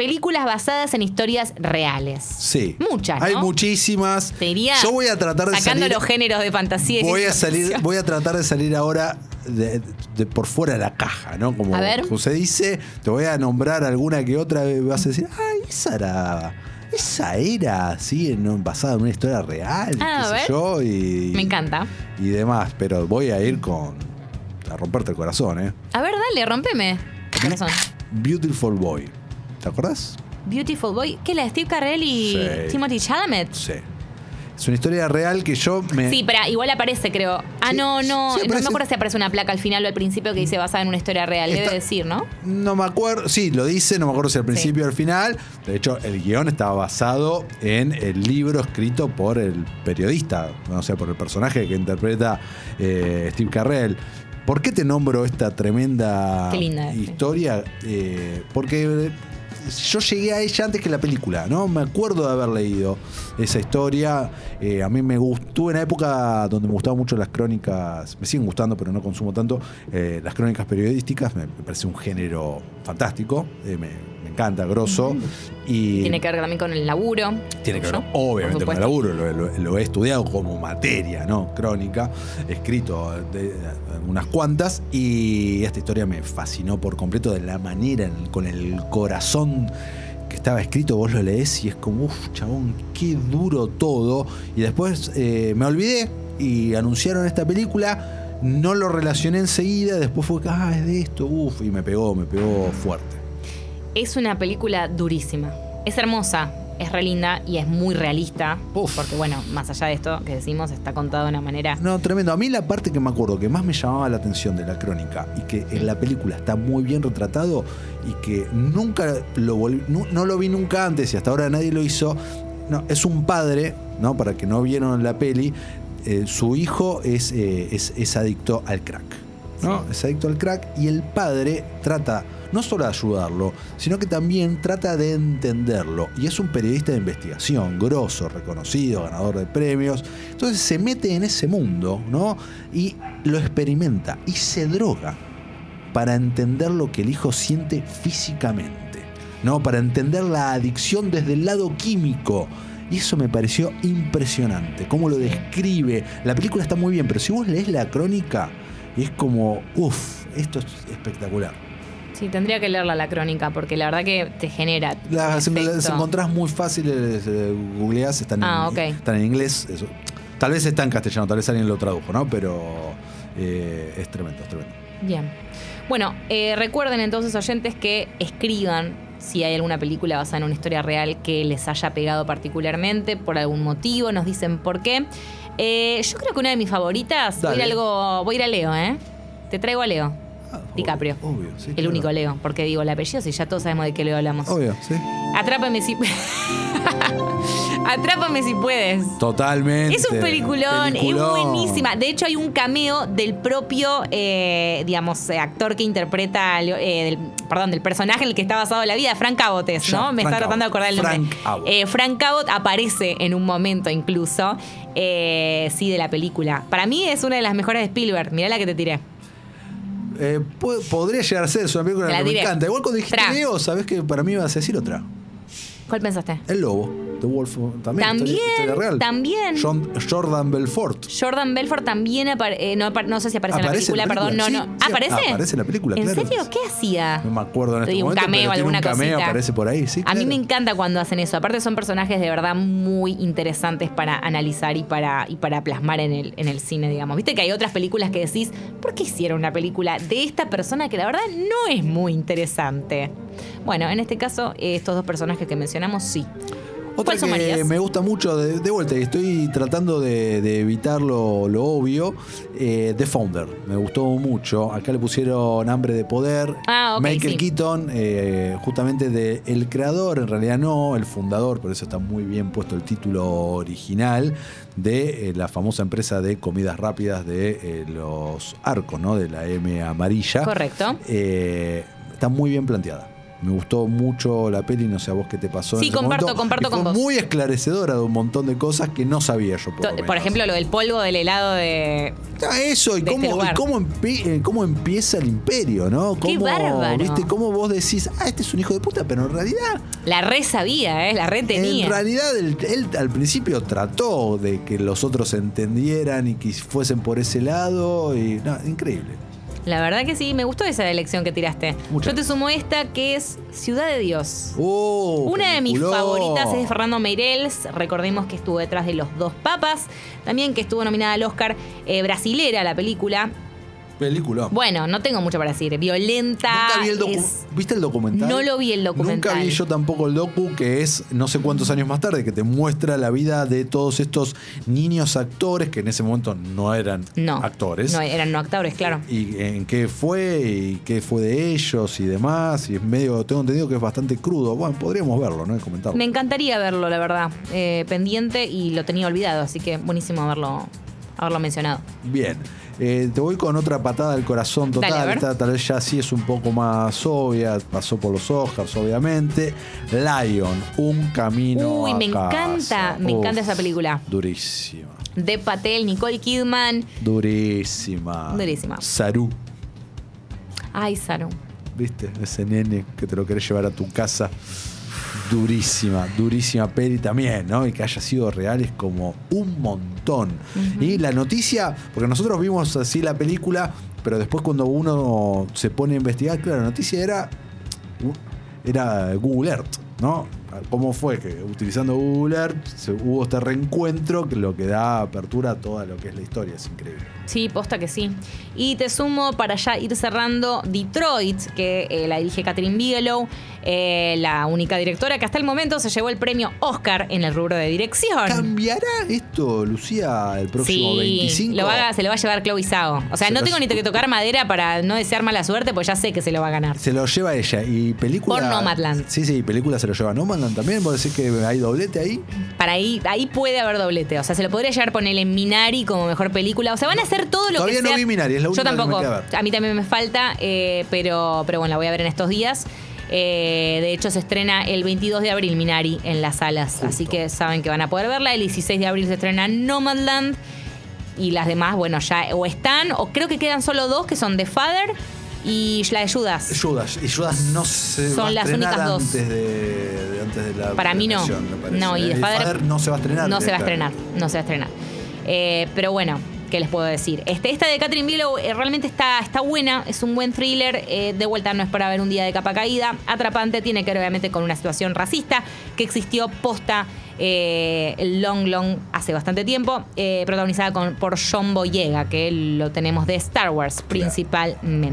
Películas basadas en historias reales. Sí. Muchas, Hay ¿no? muchísimas. Te diría, Yo voy a tratar de Sacando salir. los géneros de fantasía. y voy a ciencia salir, ficción. voy a tratar de salir ahora de, de por fuera de la caja, ¿no? Como, A ver. como se dice, te voy a nombrar alguna que otra y vas a decir, ay, esa era. Esa era así, en- basada en una historia real, Ah, qué a sé ver. yo, y. Me encanta. Y demás, pero voy a ir con. a romperte el corazón, ¿eh? A ver, dale, rompeme. Corazón. Beautiful Boy. ¿Te acordás? Beautiful Boy. ¿Qué la Steve Carell y Sí. Timothy Chalamet? Sí. Es una historia real que yo me. Sí, pero igual aparece, creo. Ah, Sí, no, no. sí, no me aparece. acuerdo si aparece una placa al final o al principio que dice basada en una historia real. Está- Debe decir, ¿no? No me acuerdo, sí, lo dice, no me acuerdo si al principio o al final. De hecho, el guión estaba basado en el libro escrito por el periodista, no sé, por el personaje que interpreta eh, Steve Carrell. ¿Por qué te nombro esta tremenda Qué linda, sí. historia? Eh, porque yo llegué a ella antes que la película, ¿no? Me acuerdo de haber leído esa historia. Eh, a mí me gustó en una época donde me gustaban mucho las crónicas, me siguen gustando, pero no consumo tanto, eh, las crónicas periodísticas. Me, me parece un género fantástico, eh, me, me encanta, grosso. Y Tiene que ver también con el laburo. tiene que ver, ¿no? obviamente, Por con el supuesto. laburo. Lo, lo- lo he estudiado como materia, ¿no? Crónica, escrito de- de unas cuantas. Y esta historia me fascinó por completo de la manera, en- con el corazón que estaba escrito. Vos lo lees y es como, uff, chabón, qué duro todo. Y después eh, me olvidé y anunciaron esta película. No lo relacioné enseguida. Después fue, ah, es de esto, uff. Y me pegó, me pegó fuerte. Es una película durísima. Es hermosa, es re linda y es muy realista. Uf. Porque, bueno, más allá de esto que decimos, está contado de una manera. No, tremendo. A mí la parte que me acuerdo que más me llamaba la atención de la crónica y que en la película está muy bien retratado y que nunca lo volví- nu- no, lo vi nunca antes y hasta ahora nadie lo hizo. No, es un padre, ¿no? Para que no vieron la peli, eh, su hijo es, eh, es, es adicto al crack. ¿no? Es adicto al crack y el padre trata no solo de ayudarlo, sino que también trata de entenderlo. Y es un periodista de investigación, grosso, reconocido, ganador de premios. Entonces se mete en ese mundo, ¿no? Y lo experimenta y se droga para entender lo que el hijo siente físicamente, ¿no? Para entender la adicción desde el lado químico. Y eso me pareció impresionante, cómo lo describe. La película está muy bien, pero si vos lees la crónica, es como, uff, esto es espectacular. Sí, tendría que leerla la crónica porque la verdad que te genera. Las, Perfecto. las encontrás muy fáciles, eh, googleás, están, Ah, en, ok. están en inglés. eso. Tal vez está en castellano, tal vez alguien lo tradujo, ¿no? Pero eh, es tremendo, es tremendo. Bien. Bueno, eh, recuerden entonces, oyentes, que escriban si hay alguna película basada en una historia real que les haya pegado particularmente por algún motivo, nos dicen por qué. Eh, yo creo que una de mis favoritas, voy a, ir Dale. algo, voy a ir a Leo, ¿eh? Te traigo a Leo, Ah, DiCaprio. Obvio, sí. el claro. único Leo, porque digo el apellido, si ya todos sabemos de qué Leo hablamos. Obvio, sí. Atrápame si... Atrápame si puedes. Totalmente. Es un peliculón, es Peliculón. buenísima. De hecho, hay un cameo del propio, eh, digamos, eh, actor que interpreta, al- eh, del, perdón, del personaje en el que está basado la vida, Frank Abbott, es, ¿no? Ya, Me Frank está tratando de Abbott. acordar el nombre. Frank Abbott. Eh, Frank Abbott aparece en un momento incluso, eh, sí, de la película. Para mí es una de las mejores de Spielberg. Mirá la que te tiré. Eh, po- podría llegar a ser, es una película Te la que me diré. encanta. Igual cuando dijiste Tra. Leo, sabés que para mí ibas a decir otra. ¿Cuál pensaste? El Lobo, The Wolf, también. También, historia- historia real. también. John- Jordan Belfort. Jordan Belfort también apare- eh, no, apa- no sé si aparece, Aparece en en la la película, perdón, película, no, no. sí, sí, ¿Aparece? aparece en la película, ¿En claro. serio? ¿Qué hacía? No me acuerdo en este Y un momento, cameo, pero tiene alguna un cameo, cosita. aparece por ahí, sí, A mí claro. me encanta cuando hacen eso. Aparte son personajes de verdad muy interesantes para analizar y para, y para plasmar en el, en el cine, digamos. Viste que hay otras películas que decís, ¿por qué hicieron una película de esta persona que la verdad no es muy interesante? Bueno, en este caso, eh, estos dos personajes que mencionamos, sí. Otra ¿Cuál que sumarías? me gusta mucho, de, de vuelta, y estoy tratando de, de evitar lo, lo obvio, eh, The Founder. Me gustó mucho. Acá le pusieron Hambre de Poder. Ah, ok, Michael sí. Keaton, eh, justamente de el creador, en realidad no, el fundador, por eso está muy bien puesto el título original, de eh, la famosa empresa de comidas rápidas de eh, los arcos, ¿no? De la M amarilla. Correcto. Eh, está muy bien planteada. Me gustó mucho la peli, no sé a vos qué te pasó. en Sí, ese comparto, momento. comparto Y fue con vos. Muy esclarecedora de un montón de cosas que no sabía yo. Por, lo To- Por menos. ejemplo, lo del polvo del helado de. Ah, eso, y, de cómo, este lugar. y cómo, empe- eh, cómo empieza el imperio, ¿no? Qué Cómo, bárbaro. ¿viste? Cómo vos decís, ah, este es un hijo de puta, pero en realidad La re sabía, ¿eh? La re tenía. En realidad, él, él al principio trató de que los otros entendieran y que fuesen por ese lado. Y, no, increíble. La verdad que sí, me gustó esa elección que tiraste. Muchas Yo te sumo esta que es Ciudad de Dios. Oh, Una de mis peliculón. favoritas es de Fernando Meirelles. Recordemos que estuvo detrás de Los Dos Papas. También que estuvo nominada al Oscar eh, Brasilera, la película. Película. Bueno, no tengo mucho para decir. Violenta. Nunca vi el docu- es- ¿Viste el documental? No lo vi el documental. Nunca vi yo tampoco el docu, que es no sé cuántos años más tarde, que te muestra la vida de todos estos niños actores que en ese momento no eran No. actores. No, eran no actores, claro. y en qué fue y qué fue de ellos y demás. Y es medio, tengo entendido que es bastante crudo. Bueno, podríamos verlo, ¿no? Y comentarlo. Me encantaría verlo, la verdad. Eh, pendiente y lo tenía olvidado, así que buenísimo haberlo, haberlo mencionado. Bien. Eh, te voy con otra patada al corazón total. Dale, a ver. Esta tal vez ya sí es un poco más obvia. Pasó por los Oscars, obviamente. Lion, un camino. Uy, a me casa. encanta, me Uf, encanta esa película. Durísima. De Patel, Nicole Kidman. Durísima. Durísima. Saru. Ay, Saru. ¿Viste? Ese nene que te lo querés llevar a tu casa. Durísima, durísima peli también, ¿no? Y que haya sido real es como un montón. Y la noticia, porque nosotros vimos así la película, pero después cuando uno se pone a investigar, claro, la noticia era, uh, era Google Earth, ¿no? ¿Cómo fue que utilizando Google Earth se- hubo este reencuentro que lo que da apertura a toda lo que es la historia? Es increíble. Sí, posta que sí. Y te sumo para ya ir cerrando Detroit, que eh, la dirige Catherine Bigelow, eh, la única directora que hasta el momento se llevó el premio Oscar en el rubro de dirección. ¿Cambiará esto, Lucía, el próximo sí, 25? Lo va a- se lo va a llevar Chloe Zhao. O sea, Se no lo- tengo ni que tocar madera para no desear mala suerte, pues ya sé que se lo va a ganar. Se lo lleva ella. Y película. Por Nomadland. Sí, sí, película se lo lleva Nomadland también. ¿Vos decís que hay doblete ahí? Para ahí, ahí puede haber doblete. O sea, se lo podría llevar ponerle en Minari como mejor película. O sea, van a hacer todo lo Todavía que no sea. vi Minari, es la Yo única que me tampoco. queda ver. a mí también me falta, eh, pero, pero bueno, la voy a ver en estos días. Eh, de hecho, se estrena el 22 de abril Minari en las salas. Así que saben que van a poder verla. El 16 de abril se estrena Nomadland. Y las demás, bueno, ya o están, o creo que quedan solo dos, que son The Father y la de Judas. Judas. Y Judas no se Son va a las estrenar únicas dos. antes de, de antes de la. Para mí no. premiación, me parece. No, y de El Father- no se va a estrenar. No se va a estrenar, directamente. no se va a estrenar. Eh, pero bueno, ¿qué les puedo decir? Este, esta de Catherine Bigelow eh, realmente está, está buena, es un buen thriller. eh, de vuelta no es para ver un día de capa caída. Atrapante tiene que ver obviamente con una situación racista que existió posta eh, long long hace bastante tiempo, eh, protagonizada con- por John Boyega, que lo tenemos de Star Wars principalmente.